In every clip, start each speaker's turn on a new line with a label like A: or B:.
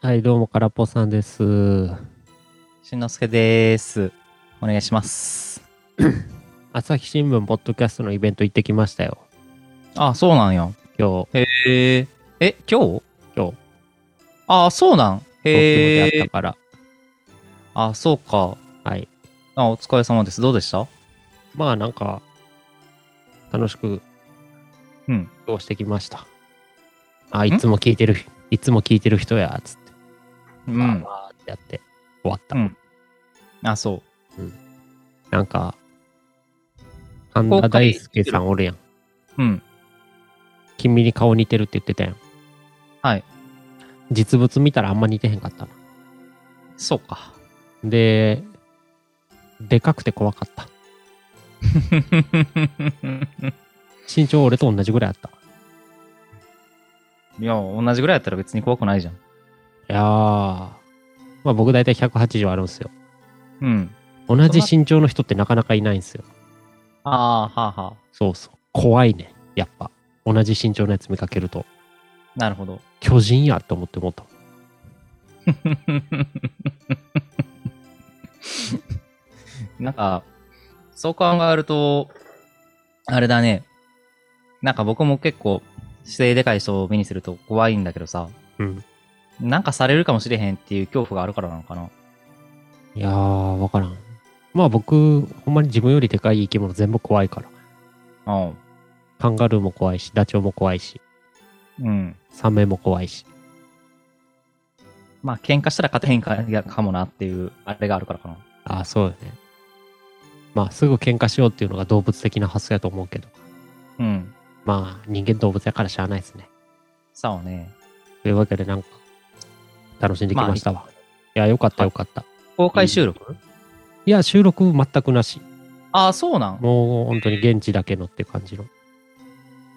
A: はい、どうも、からっぽさんです。
B: しんのすけです。お願いします。
A: 朝日新聞ポッドキャストのイベント行ってきましたよ。
B: あ、そうなんや。
A: 今日、
B: へえ。え、今日
A: 今日、
B: あ、そうなん。
A: 東京
B: へ
A: であっ
B: え
A: た。から。
B: あ、そうか。
A: はい。
B: あ、お疲れ様です。どうでした
A: まあ、なんか、楽しく
B: うん。
A: 過ごしてきました。あ、いつも聞いてる、いつも聞いてる人や、つって。
B: う。
A: うんわーってやって、終わった。
B: うんあ、そ
A: なんか、神田大輔さんおるやん。
B: う。うん。
A: 君に顔似てるって言ってたやん。
B: はい。
A: 実物見たらあんま似てへんかったな。
B: そうか。
A: で、でかくて怖かった。身長俺と同じぐらいあった。
B: いや、同じぐらいやったら別に怖くないじゃん。
A: いやー、まあ僕大体180あるんですよ。
B: うん。
A: 同じ身長の人ってなかなかいないんですよ。
B: ああ、はあはあ。
A: そうそう。怖いね。やっぱ。同じ身長のやつ見かけると、
B: なるほど。
A: 巨人やと思って思った。
B: なんか、そう考えると、あれだね。なんか僕も結構、姿勢でかい人を目にすると怖いんだけどさ、
A: うん。
B: なんかされるかもしれへんっていう恐怖があるからなのかな。
A: いやー、わからん。まあ僕、ほんまに自分よりでかい生き物全部怖いから。
B: うん。
A: カンガルーも怖いし、ダチョウも怖いし、
B: うん。
A: サメも怖いし。
B: まあ、喧嘩したら勝てへんかやかもなっていう、あれがあるからかな。
A: ああ、そうよね。まあすぐ喧嘩しようっていうのが動物的な発想やと思うけど。
B: うん。
A: まあ人間動物やからしゃあないですね。
B: さあね。
A: というわけで、なんか、楽しんできましたわ。いや、よかったよかった。
B: 公開収録、
A: いや、収録全くなし。
B: ああ、そうなん。
A: もう本当に現地だけのって感じの。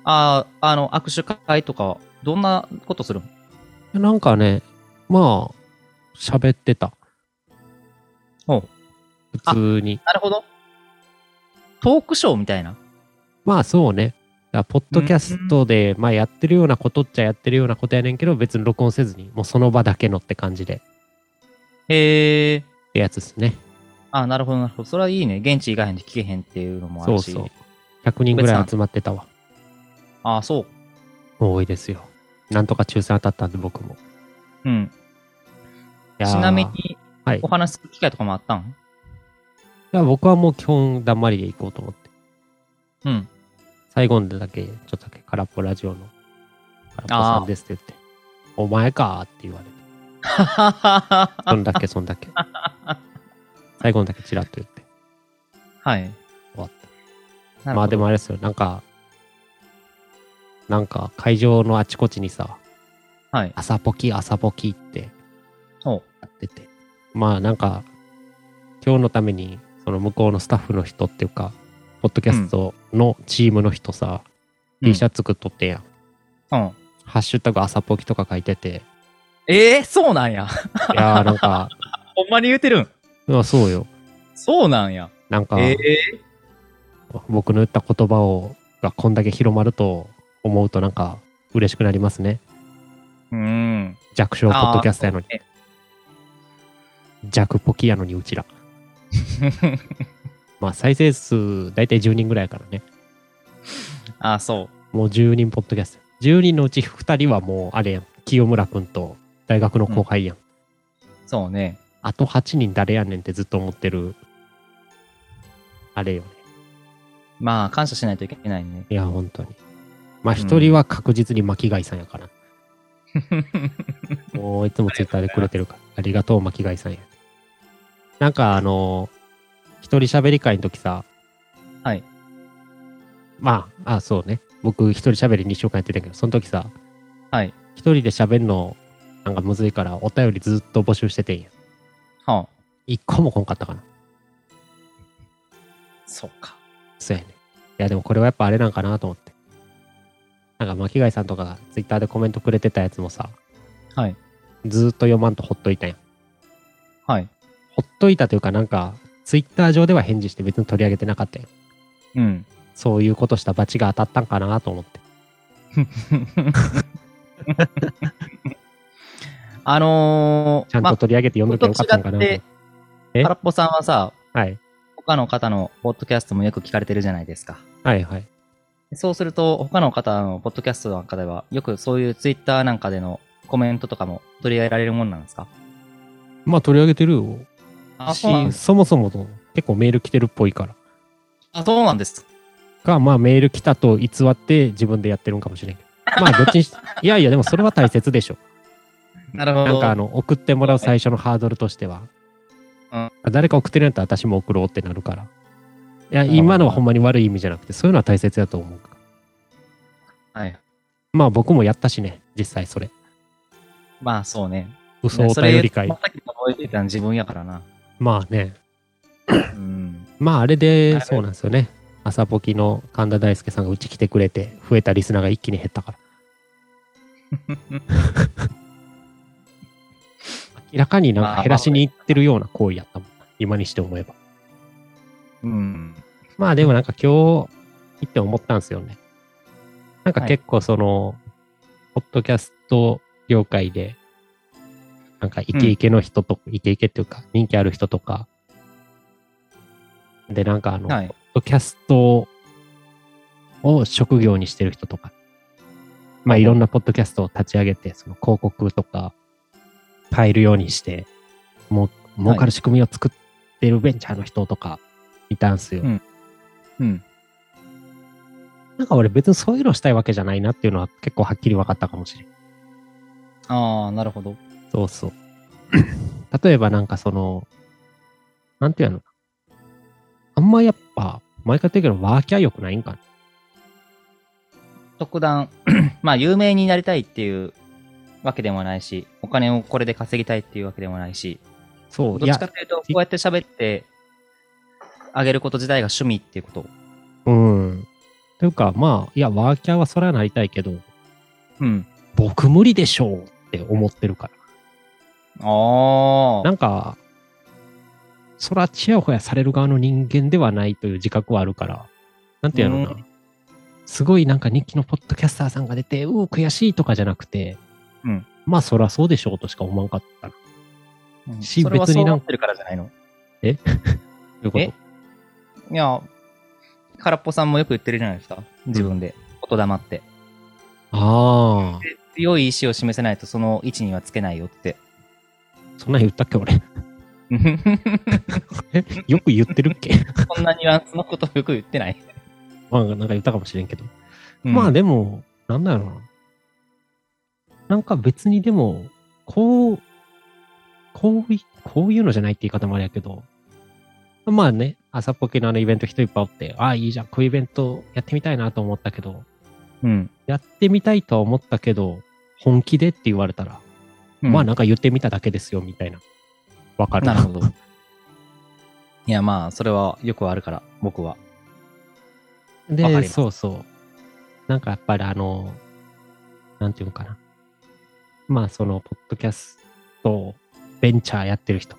B: ああ、あの、握手会とか、どんなことするん
A: なんかね、まあ、喋ってた。
B: おう
A: 普通に。
B: なるほど。トークショーみたいな。
A: まあ、そうね。だからポッドキャストで、まあ、やってるようなことっちゃやってるようなことやねんけど、別に録音せずに、もうその場だけのって感じで、
B: へえ。
A: ってやつですね。
B: あ、なるほど、なるほど。それはいいね。現地以外で聞けへんっていうのもあ
A: そ
B: る
A: う
B: し。
A: そう。100人ぐらい集まってたわ。
B: あ、そう。
A: 多いですよ。なんとか抽選当たったんで、僕も。
B: うん。
A: いやー
B: ちなみ、に、
A: はい
B: お。話する機会とかもあったん
A: いや僕はもう基本、だんまりで行こうと思って。
B: うん。
A: 最後のだけ、ちょっとだけ空っぽラジオの空っぽさんですって言って、お前かーって言われて、そんだけそんだけ。最後のだけチラッと言って
B: はい。
A: 終わった。
B: なるほど
A: まあでもあれですよ、なんか、なんか会場のあちこちにさ、
B: はい。
A: 朝ポキ朝ポキって
B: そう。
A: やってて、まあなんか、今日のために、その向こうのスタッフの人っていうか、ポッドキャストのチームの人さ、
B: うん
A: T シャツ作っとってんやん。
B: うん。
A: ハッシュタグ朝ポキとか書いて て、
B: ええそうなんや。
A: いやーなんか、
B: ほんまに言うてるん。
A: いやそうよ。
B: そうなんや。
A: なんか、
B: ええ
A: 僕の言った言葉をがこんだけ広まると思うとなんか嬉しくなりますね。
B: うん。
A: 弱小ポッドキャストやのに
B: あー。
A: 弱ポキやのにうちら。まあ再生数大体10人ぐらいやからね。
B: あ、そ
A: もう10人ポッドキャスト。10人のうち2人はもうあれやん。清村くんと大学の後輩やん。
B: う。そうね。
A: あと8人誰やねんってずっと思ってる。あれよね。
B: まあ、感謝しないといけないね。
A: いや、本当に。まあ1人は確実に巻貝さんや から。もういつもツイッターでくれてるから。ありがとう、巻貝さんや。なんかあのー一人喋り会の時さ、
B: はい。
A: まあ、あ、そうね。僕一人喋り2週間やってたけど、その時さ、
B: はい。
A: 一人で喋るのなんかむずいから、お便りずっと募集しててんや。
B: はあ。
A: 一個も来んかったかな。
B: そうか。
A: そうやね。いや、でもこれはやっぱあれなんかなと思って。なんか巻貝さんとかがツイッターでコメントくれてたやつもさ、
B: はい。
A: ずーっと読まんとほっといたんや。
B: はい。
A: ほっといたというか、なんか、ツイッター上では返事して別に取り上げてなかったよ。
B: うん。
A: そういうことした罰が当たったんかなと思って。
B: あのー、
A: ちゃんと取り上げて読んどきゃよかったんかな。
B: まあこと違って
A: え
B: 空っぽさんはさ、
A: はい。
B: 他の方のポッドキャストもよく聞かれてるじゃないですか。
A: はいはい。
B: そうすると、他の方のポッドキャストなんかでは、よくそういうツイッターなんかでのコメントとかも取り上げられるもんなんですか
A: まあ取り上げてるよ。
B: あ、
A: し
B: そうなんです
A: そもそもの結構メール来てるっぽいから。
B: あそうなんです。
A: か、まあメール来たと偽って自分でやってるんかもしれんけど。まあどっち にしいやいや、でもそれは大切でしょ。
B: なるほ
A: な
B: ど。
A: んかあの、送ってもらう最初のハードルとしては。
B: うん
A: 誰か送ってるんやったら私も送ろうってなるから。いや、
B: なるほど
A: 今のはほんまに悪い意味じゃなくて、そういうのは大切だと思うから。
B: はい。
A: まあ僕もやったしね、実際それ。
B: まあそうね。
A: 嘘を
B: それ
A: 頼り会
B: ま。あさっきも覚えてたの自分やからな。
A: まあね。
B: うん。
A: まああれ
B: は
A: で、
B: い
A: そうなんですよね。朝ポキの神田大輔さんがうち来てくれて、増えたリスナーが一気に減ったから。明らかになんか減らしに行ってるような行為やったもんな。今にして思えば。
B: うん。
A: まあでもなんか今日行って思ったんですよね。なんか結構その、ポッドキャスト業界で、なんかイケイケの人と、イケイケっていうか人気ある人とか、でなんかあの、
B: はい
A: ポッドキャストを職業にしてる人とか、まあいろんなポッドキャストを立ち上げて、その広告とか入るようにして、もう儲かる仕組みを作ってるベンチャーの人とかいたんすよ。
B: うんうん。
A: なんか俺別にそういうのしたいわけじゃないなっていうのは結構はっきり分かったかもしれん。
B: ああ、なるほど。
A: そうそう。 例えばなんかその、なんていうのあんまやっぱ、毎回言ってるけどワーキャー良くないんかな。
B: 特段、 まあ有名になりたいっていうわけでもないし、お金をこれで稼ぎたいっていうわけでもないし、
A: そ
B: ど
A: い
B: っちか
A: や、
B: というと、こうやって喋ってあげること自体が趣味っていうこと。
A: うん。というかまあ、いや、ワーキャーはそれはなりたいけど、
B: うん。
A: 僕無理でしょうって思ってるから。
B: ああ
A: な。んか、そらちやほやされる側の人間ではないという自覚はあるから、なんていうのかな、
B: う
A: すごいなんか日記のポッドキャスターさんが出て、うお、悔しいとかじゃなくて、
B: うん
A: まあそらそうでしょうとしか思わんかったな。
B: うん
A: し
B: それは
A: 別に
B: そう
A: なん
B: 思ってるからじゃないの
A: ということ
B: えいや、空っぽさんもよく言ってるじゃないですか。自分で。言霊って。
A: ああ、
B: 強い意志を示せないとその位置にはつけないよって。
A: そんなん言ったっけ俺。 よく言ってるっけ
B: そんなニュアンスのことよく言ってない。
A: まあなんか言ったかもしれんけど。
B: うん
A: まあでも、なんだろうな。なんか別にでも、こう、こうい、こういうのじゃないって言い方もあれやけど、まあね、朝っぽけのあのイベント人いっぱいおって、ああ、いいじゃん、こういうイベントやってみたいなと思ったけど、
B: うん。
A: やってみたいとは思ったけど、本気でって言われたら、
B: うん
A: まあなんか言ってみただけですよ、みたいな。わかる
B: なるほど。いや、まあ、それはよくあるから、僕は。わかり
A: で、
B: ます
A: そうそう。なんかやっぱりあの、なんていうのかな。まあその、ポッドキャスト、ベンチャーやってる人。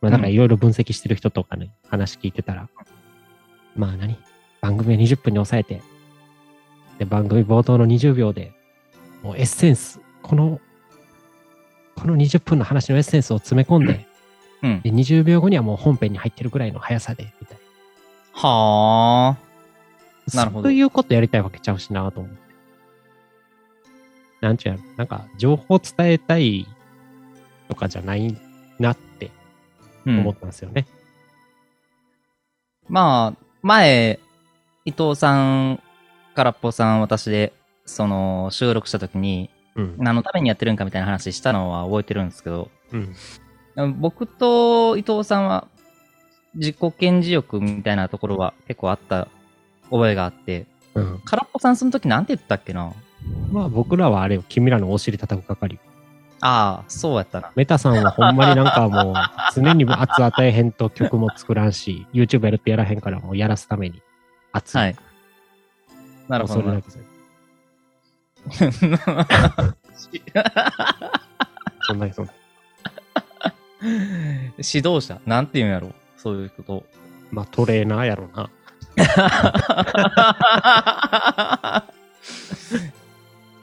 A: まあなんかいろいろ分析してる人とかね、話聞いてたら、まあ何番組は20分に抑えて、で、番組冒頭の20秒で、もうエッセンス、この、この20分の話のエッセンスを詰め込んで、
B: うん。
A: で、20秒後にはもう本編に入ってるぐらいの速さで、みたい
B: はあ。
A: な。
B: なるほど
A: そういうことやりたいわけちゃうしなと思って。なんちゅうやろ、なんか、情報伝えたいとかじゃないなって
B: う
A: 思っ
B: ん、
A: たんですよね。
B: まあ、前、伊藤さん、空っぽさん、私で、その、収録した時に、
A: うん。
B: 何のためにやってるんかみたいな話したのは覚えてるんですけど、
A: うん。
B: 僕と伊藤さんは、自己顕示欲みたいなところは結構あった覚えがあって、
A: うん。
B: 空っぽさんその時なんて言ったっけな
A: まあ、僕らはあれよ、君らのお尻叩く係よ。
B: ああ、そうやったな。
A: メタさんはほんまになんかもう、常に圧与えへんと曲も作らんし、YouTube やるってやらへんからもうやらすために圧。
B: はい。なるほ
A: も
B: ど
A: うそれ
B: な
A: だ。けです そんなにそんな。
B: 指導者なんて言うんやろそういうこと を。
A: まあ、トレーナーやろな。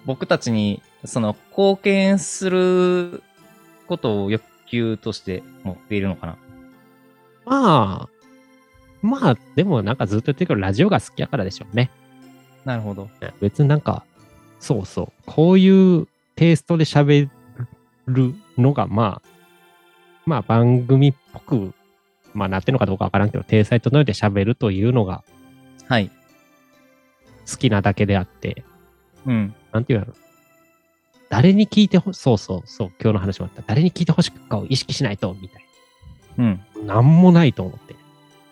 B: 僕たちにその、貢献することを欲求として持っているのかな。
A: まあ、まあ、でもなんかずっと言ってるけど、ラジオが好きやからでしょうね。
B: なるほど。
A: 別になんか、そうそう、こういうテイストで喋るのが、まあ、まあ番組っぽく、まあなってるのかどうかわからんけど、体裁とのようで喋るというのが
B: はい。
A: 好きなだけであって、
B: うん。
A: なんていうの誰に聞いてほ、そうそうそう、今日の話もあった。誰に聞いてほしくかを意識しないと、みたい
B: うん。
A: な。なんもないと思って。い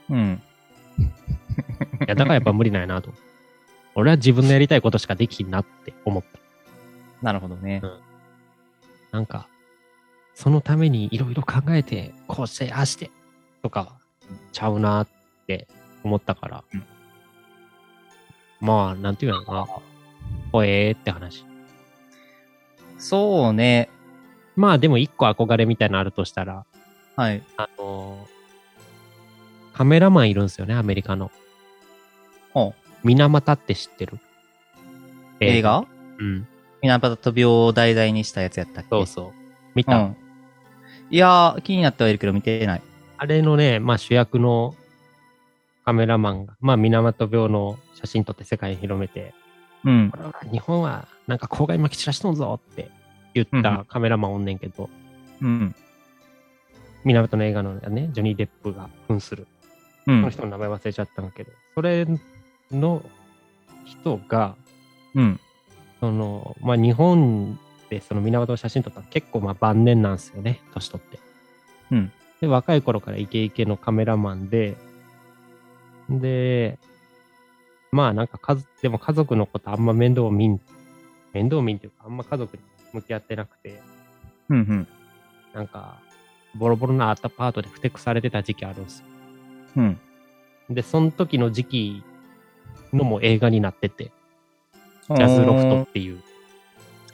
B: うん。
A: や、だからやっぱ無理ないなと。俺は自分のやりたいことしかできひんなって思った。
B: なるほどね。
A: なんか、そのためにいろいろ考えて、こうして、ああして、とか、ちゃうなって思ったから。
B: うん
A: まあ、なんていうのかな。ほえーって話。
B: そうね。
A: まあ、でも一個憧れみたいなのあるとしたら、
B: はい。
A: あのーカメラマンいるんですよね、アメリカの。
B: ほう。
A: 水俣って知ってる
B: 映画
A: うん。
B: ミナパタトビを題材にしたやつやったっけ
A: そうそう。見た、
B: ん。いやー、気になってはいるけど見てない。
A: あれのね、まあ主役のカメラマンが、まあ水俣病の写真撮って世界に広めて、
B: うん
A: こ。れは日本はなんか公害まき散らしとんぞって言っ
B: うんう
A: たカメラマンおんねんけど、
B: うん。
A: 水俣の映画のね、ジョニー・デップが扮する。
B: う
A: この
B: ん。
A: 人の名前忘れちゃったんだけど、それの人が、
B: うん。
A: その、まあ日本でその水俣の写真撮ったら結構まあ晩年なんですよね、年取って。
B: うん。
A: で、若い頃からイケイケのカメラマンで、で、まあなんか家族、でも家族のことあんま面倒を見ん、面倒を見んっていうか、あんま家族に向き合ってなくて、
B: うん。うん。
A: なんか、ボロボロなアパートでふてくされてた時期あるんですよ。
B: うん。
A: で、その時の時期のも映画になってて、ジャズロフトっていう。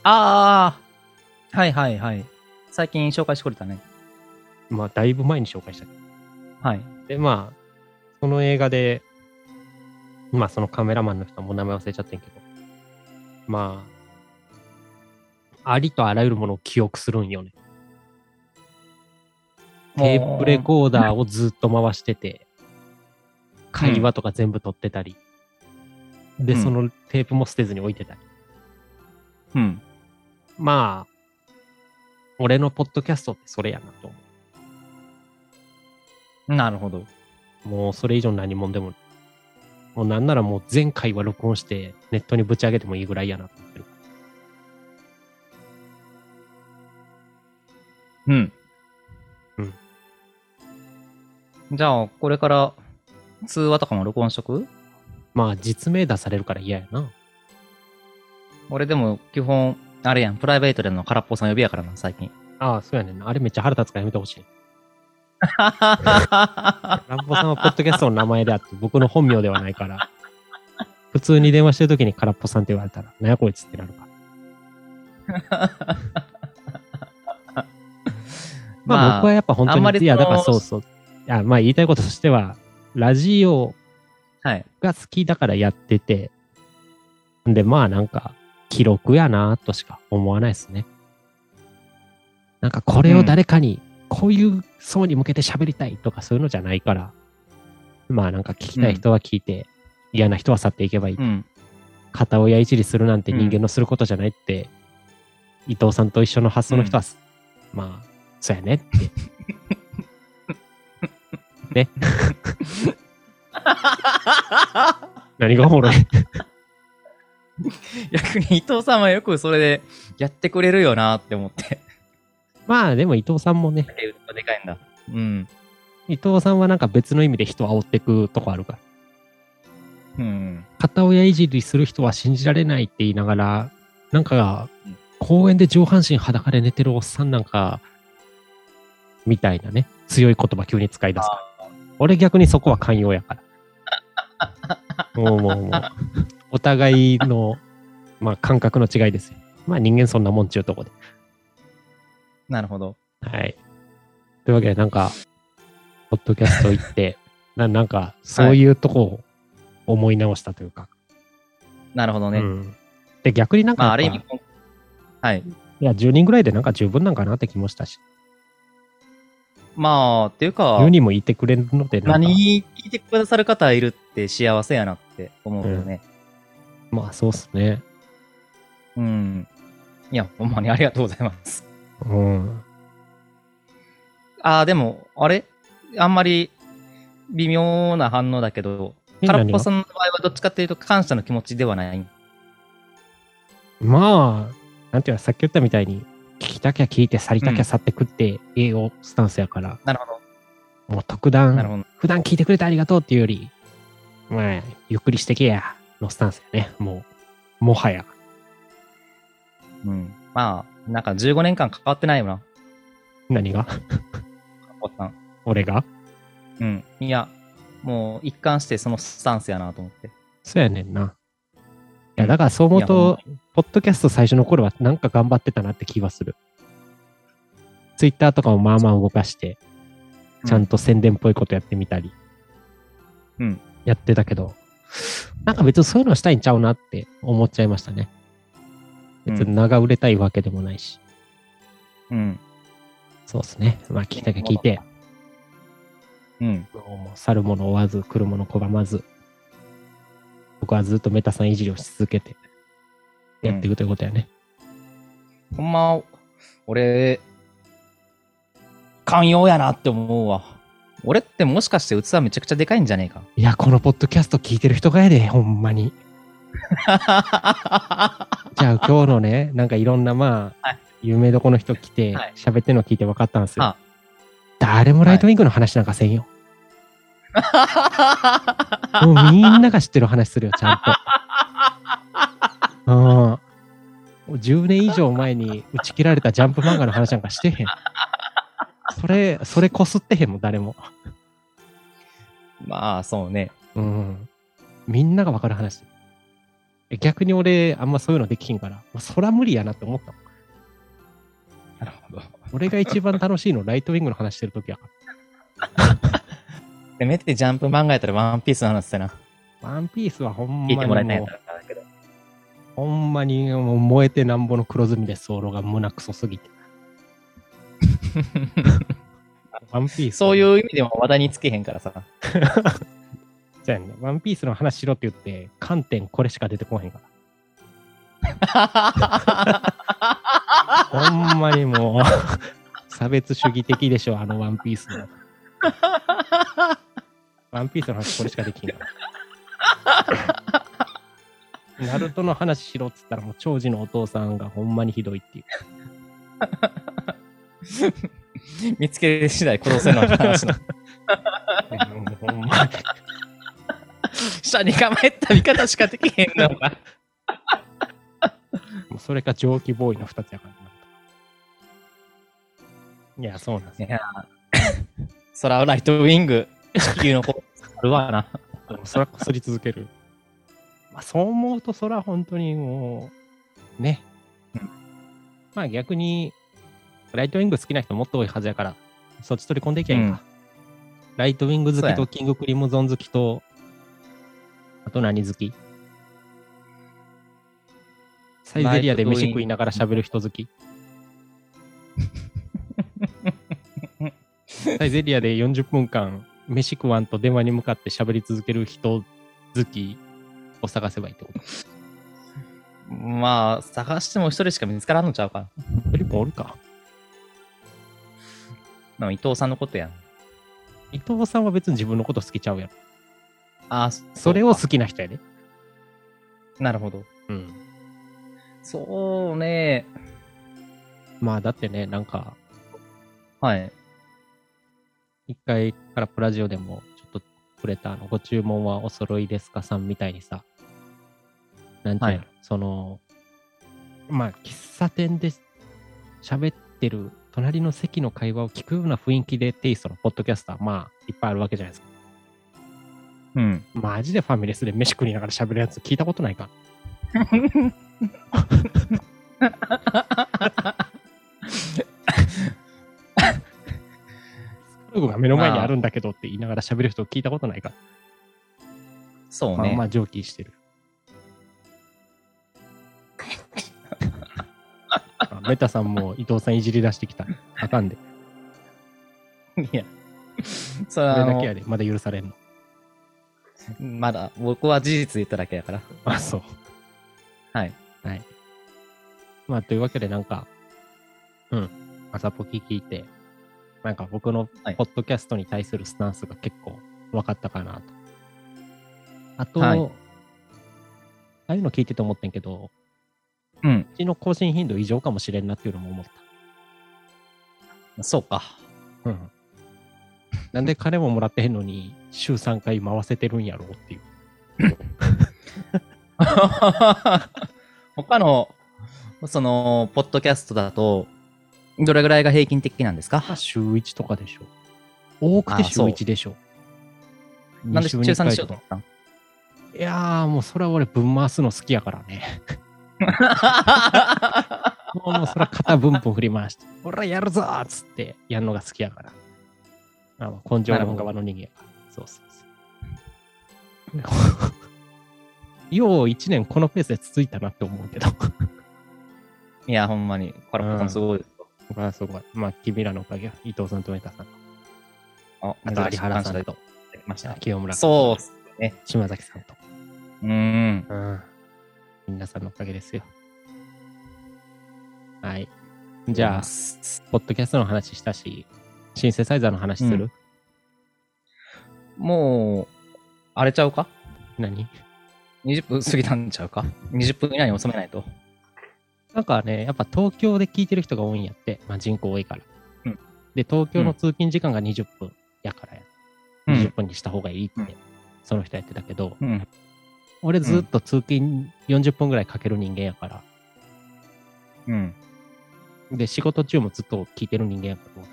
B: ああはいはいはい。最近紹介してくれたね。
A: まあ、だいぶ前に紹介したけど。
B: はい。
A: で、まあ、その映画で、まあ、そのカメラマンの人も名前忘れちゃってんけど、まあ、ありとあらゆるものを記憶するんよね。テープレコーダーをずっと回してて、会話とか全部撮ってたり、で、
B: うん
A: そのテープも捨てずに置いてたり。
B: うん。
A: まあ、俺のポッドキャストってそれやなと思
B: なるほど。
A: う。もうそれ以上何もんでも、もうなんならもう前回は録音してネットにぶち上げてもいいぐらいやなと思ってる。
B: うん。
A: うん。
B: じゃあ、これから通話とかも録音しとく
A: まあ実名出されるから嫌やな。
B: 俺でも基本、あれやん、プライベートでの空っぽさん呼びやからな、最 近。
A: ああ、そうやねんな。あれめっちゃ腹立つからやめてほしい。ランボさんはポッドキャストの名前であって、僕の本名ではないから。普通に電話してるときに空っぽさんって言われたら、なんやこいつってなるから。まあ、僕はやっぱ本当
B: あんま
A: に、
B: り
A: いや、
B: その
A: だからそうそう。いや、まあ言いたいこととしては、ラジオ
B: はい。
A: が好きだからやってて、で、まあなんか、記録やなとしか思わないですね。なんかこれを誰かに、こういう層に向けて喋りたいとかそういうのじゃないから、まあなんか聞きたい人は聞いて、嫌な人は去っていけばいい。
B: うん。
A: 片親いじりするなんて人間のすることじゃないって、伊藤さんと一緒の発想の人は、まあ、そうやね って。ね。何がおもろい
B: 逆に伊藤さんはよくそれでやってくれるよなって思って。
A: まあでも伊藤さんもね、
B: でかいんだ。うん。
A: 伊藤さんはなんか別の意味で人を煽ってくとこあるから。
B: うん。
A: 片親いじりする人は信じられないって言いながら、なんか
B: うん
A: 公園で上半身裸で寝てるおっさんなんか、みたいなね、強い言葉急に使い出すから。俺逆にそこは寛容やから。もうもうもう。お互いの、まあ感覚の違いですよ。まあ人間そんなもんちゅうとこで。
B: なるほど。
A: はい。というわけで、なんか、ポッドキャスト行って、ななんか、そういうとこを思い直したというか。
B: なるほど
A: う
B: ね。
A: んで、逆になんか
B: まあ、
A: やっぱ、
B: ある意味、はい。
A: いや、10人ぐらいでなんか十分なんかなって気もしたし、
B: まあ、っていうか、
A: 10人もいてくれるのでなんか、
B: 何聞いてくださる方いるって幸せやなって思うよね。
A: まあそうっすね。
B: うん。いや、ほんまにありがとうございます。
A: うん。
B: ああ、でも、あれあんまり微妙な反応だけど、
A: え
B: 空っ
A: 何
B: ぽ
A: が
B: さんの場合はどっちかっていうと感謝の気持ちではない。
A: まあ、なんていうか、さっき言ったみたいに、聞きたきゃ聞いて、去りたきゃ去ってくって、栄養スタンスやから、
B: なるほ
A: もう特
B: ど。なるほ
A: 段、
B: ど。
A: 普段聞いてくれてありがとうっていうより、まあ、ゆっくりしてけや、のスタンスやね。もう、もはや。
B: うん。まあ、なんか15年間関わってないよな、
A: 何が
B: 空っぽさん。
A: 俺が
B: うん。いや、もう一貫してそのスタンスやなと思って。
A: そうやねんな。いや、だからそう思うと、ポッドキャスト最初の頃はなんか頑張ってたなって気はする。ツイッターとかもまあまあ動かして、ちゃん
B: と。
A: と宣伝っぽいことやってみたり、
B: うん。
A: やってたけど、なんか別にそういうのしたいんちゃうなって思っちゃいましたね。別に名が売れたいわけでもないし。
B: うん。
A: そうですね。まあ聞きたきゃ聞いて、
B: うん。
A: もう去る者追わず、来る者拒まず、僕はずっとメタさんいじりをし続けて、やっていくということやね。
B: ほんま、俺、寛容やなって思うわ。俺ってもしかして器めちゃくちゃでかいんじゃねえか。
A: いや、このポッドキャスト聞いてる人がやで、ほんまに。じゃあ今日の ね、なんかいろんなまあ、
B: はい
A: 有名どこの人来て
B: はい、
A: 喋、ってんの聞いて分かったんですよ
B: あ。
A: 誰もライトウィングの話なんかせんよ。もうみんなが知ってる話するよ、ちゃんと。うん。 もう10年以上前に打ち切られたジャンプ漫画の話なんかしてへん。それ、それこすってへんもん、誰も。
B: まあ、そうね。
A: うん。みんなが分かる話。逆に俺、あんまそういうのできひんから、まあ、そら無理やなって思ったもん。
B: なるほど。
A: 俺が一番楽しいの、ライトウィングの話してる時やから。
B: せめてジャンプ漫画やったらワンピースの話だな。
A: ワンピースはほんま
B: 聞
A: に
B: いてもらえない
A: も
B: や
A: う
B: ったらあれだけど。
A: ほんまにもう燃えてなんぼの黒ずみです、俺が胸くそすぎて。ワンピース。。
B: そういうう意味でも話題につけへんからさ。
A: じゃね、ワンピースの話しろって言って、観点これしか出てこへんか
B: あ
A: ら。ほんまにもう、差別主義的でしょ、あのワンピースの。ワンピースの話これしかできんから。ナルトの話しろっつったら、もう長寿のお父さんがほんまにひどいっていう。
B: 見つけ次第殺せの話の。
A: いやもうほんま
B: 下に構えた見方しかできへんのか。
A: もうそれか蒸気ボーイの2つやからな。いや、そうなんです
B: い
A: よ。
B: や ー、ソラウライトウィング、地球の子、あるわな。
A: もうそらこすり続ける。 まあ、そう思うと、そら本当にもう、ね
B: うん。
A: まあ逆に、ライトウィング好きな人もっと多いはずやから、そっち取り込んでいきゃいいか。ライトウィング好
B: そう
A: き
B: や
A: とキングクリムゾン好きと、あと何好きサイゼリアで飯 食いながら喋る人好きサイゼリアで40分間飯食わんと電話に向かって喋り続ける人好きを探せばいいって こと。
B: まあ、探しても一人しか見つからんのちゃうか
A: フリップおるか。
B: な。伊藤さんのことやん。
A: 伊藤さんは別に自分のこと好きちゃうやろ。
B: ああ、
A: それを好きな人やで。
B: なるほど。
A: うん。
B: そうね。
A: まあだってね、なんか、
B: はい。
A: 一回からプラジオでもちょっと触れたあの、ご注文はお揃いですかさんみたいにさ、なんていうの、
B: はい
A: その、まあ、喫茶店で喋ってる隣の席の会話を聞くような雰囲気でテイストのポッドキャスター、まあ、いっぱいあるわけじゃないですか。
B: うん。
A: マジでファミレスで飯食いながら喋るやつ聞いたことないか。スカルゴが目の前にあるんだけどって言いながら喋る人聞いたことないか。
B: そう
A: まあ
B: ね。
A: まあ 上記してる。メタさんも伊藤さんいじり出してきた。あかんで。
B: いや、 それ
A: そ
B: はあ
A: れだ
B: の
A: けやで。まだ許されんの。
B: まだ、僕は事実言っただけだから。
A: あ、そう。
B: はい。
A: はい。まあ、というわけで、なんか、うん。朝ポキ聞いて、なんか僕の
B: はい
A: ポッドキャストに対するスタンスが結構分かったかなと。あと、
B: はい
A: ああいうの聞いてて思ってんけど、
B: うん、
A: うちの更新頻度異常かもしれんなっていうのも思った。
B: そうか。
A: うん。なんで金ももらってへんのに、週3回回せてるんやろうっていう。
B: 他の、その、ポッドキャストだと、どれぐらいが平均的なんですか
A: 週1とかでしょ。多くて週
B: あそう
A: 1でしょ。
B: なんで中3にしよう
A: と
B: と思ったの
A: いやーもうそれは俺分回すの好きやからね。もうもうそれは肩分分振り回して、 俺はやるぞーっつってやるのが好きやから。あの根性
B: なるほ
A: の
B: ど
A: 側の人間やから。そうそうそう。 よう1年このペースで続いたなって思うけど。
B: いや、ほんまに、カラッコさんすごいですよ。
A: まあすごい。まあ君らのおかげや。伊藤さんとメタさんと、
B: あ、
A: あと有原さんと、
B: やりました。
A: 清村さん
B: そうっ
A: と、
B: すね。
A: 島崎さんと。
B: うーん。
A: うん。皆さんのおかげですよ。はい。じゃあ、ポッドキャストの話したし、シンセサイザーの話する、
B: もう、荒れちゃうか
A: 何
B: ?20 分過ぎたんちゃうか ?20 分以内に収めないと。
A: なんかね、やっぱ東京で聞いてる人が多いんやって、まあ、人口多いから。
B: うん
A: で、東京の通勤時間が20分やからや。20。分にした方がいいって、
B: うん
A: その人やってたけど、
B: うん。
A: 俺ずっと通勤40分ぐらいかける人間やから、
B: うん。
A: で、仕事中もずっと聞いてる人間やから、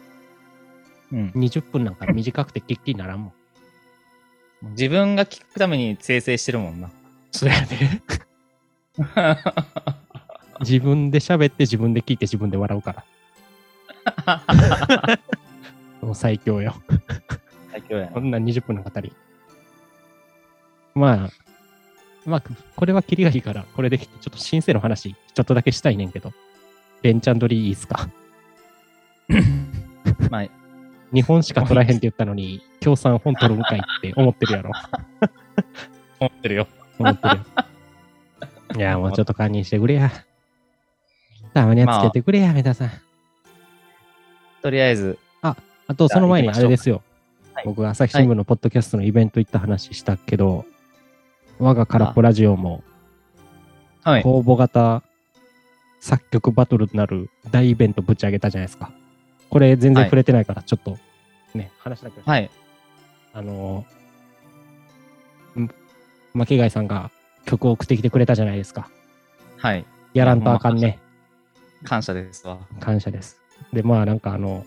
B: うん。
A: 20分なんか短くて聞きにならんもん。
B: 自分が聞くために生成してるもんな。
A: そやで、 自分で喋って自分で聞いて自分で笑うから。もう最強よ。
B: 最強や
A: こ
B: な。
A: んな20分の語り。まあ、まあ、これはキリがいいから、これでちょっと新生の話、ちょっとだけしたいねんけど。レンチャン取りいいっすか
B: まあ、
A: 日本しか取らへんって言ったのに、共産本取るんかいって思ってるやろ。
B: 思ってるよ。
A: 思ってるよ。いや、もうちょっと堪忍してくれや。たまにはつけてくれや、皆さん。
B: とりあえず、
A: あと、その前にあれですよ。
B: はい
A: 僕、朝日新聞のポッドキャストのイベント行った話したけど、我が空っぽラジオも
B: はい。
A: 公募型作曲バトルとなる大イベントぶち上げたじゃないですか。これ全然触れてないから、ちょっとね、話しなきゃ、
B: はい。
A: あのー、ん巻貝さんが曲を送ってきてくれたじゃないですか。
B: はい。
A: やらんとあかんね。
B: 感謝ですわ。
A: 感謝です。で、まあなんかあの、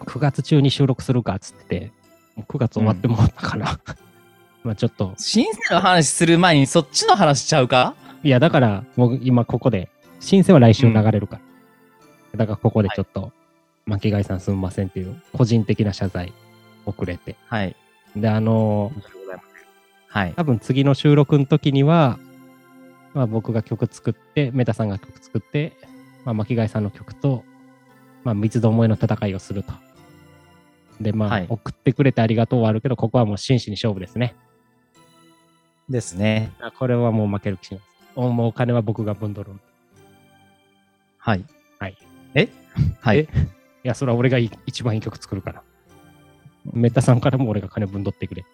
A: 9月中に収録するかっつってて、もう9月終わってもらったから、 まあちょっと、
B: 新生の話する前にそっちの話しちゃうか
A: いやだからもう今ここで、申請は来週流れるから、だからここでちょっと、巻貝さんすみませんっていう個人的な謝罪をくれて。
B: はい。
A: で、あのー、
B: はい。
A: 多分次の収録の時には、まあ僕が曲作って、メタさんが曲作って、まあ巻貝さんの曲と、まあ三つどもえの戦いをすると。で、まあ、
B: はい
A: 送ってくれてありがとうはあるけど、ここはもう真摯に勝負ですね。
B: ですね。
A: あこれはもう負ける気します。おもうお金は僕が分取るんで。
B: はい。
A: はい。
B: えは
A: え
B: い。
A: いや、それは俺がい一番いい曲作るから。メタさんからも俺が金分取ってくれ。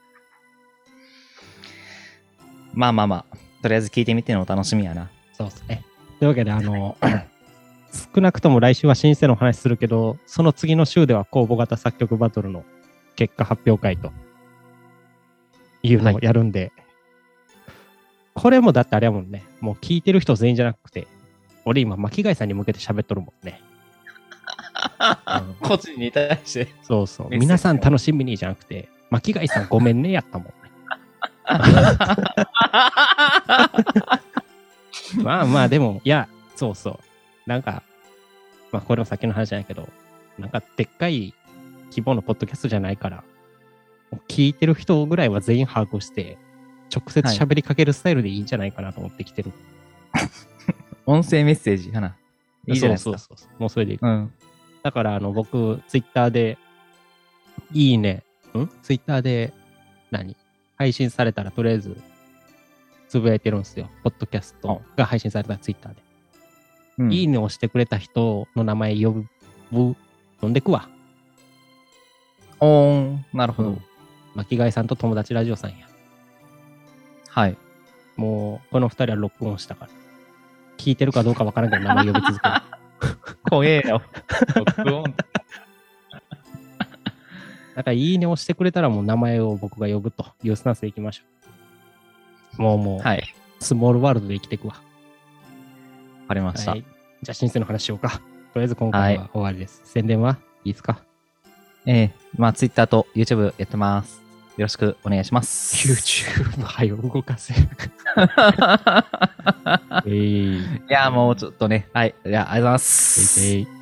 B: まあまあまあ。とりあえず聞いてみてのお楽しみや な。
A: そうですね。というわけで、あの、 少なくとも来週は新生のお話するけど、その次の週では公募型作曲バトルの結果発表会というのをやるんで、これもだってあれやもんね、もう聞いてる人全員じゃなくて、俺今、巻貝さんに向けて喋っとるもんね。うん
B: 個人に対して。
A: そうそう。
B: メッセージ
A: 皆さん楽しみにじゃなくて、巻貝さんごめんねやったもんね。まあまあ、でも、いや、そうそう。なんか、まあ、これも先の話じゃないけど、なんか、でっかい規模のポッドキャストじゃないから、もう聞いてる人ぐらいは全員把握して、直接喋りかけるスタイルでいいんじゃないかなと思ってきてる。
B: 音声メッセージかな。いいじゃないです
A: そう
B: か。
A: そうそうそう。もうそれでいく。
B: うん。
A: だから、あの、僕、ツイッターで、いいね、んツイッターで、何配信されたら、とりあえず、つぶやいてるんですよ。ポッドキャストが配信されたらツイッターで。
B: うん
A: いいねをしてくれた人の名前呼ぶ、呼んでくわ。
B: おーん、なるほど。
A: 巻貝さんと友達ラジオさんや。
B: はい。
A: もう、この二人は録音したから。聞いてるかどうかわからんけど、名前呼び 続ける。
B: 怖えよ。録音
A: だから、いいねをしてくれたら、もう名前を僕が呼ぶというスタンスでいきましょう。もうもう、
B: はい。
A: スモールワールドで生きていくわ。
B: わかりました。
A: はい。じゃあ、申請の話しようか。とりあえず今回は終わりです。宣伝はいいですか
B: ええまあ、Twitter と YouTube やってます。よろしくお願いします。
A: ?YouTube はよ、動か せ。えい、えい
B: いや、もうちょっとね。はい。じゃあ、ありがとうございます。
A: えい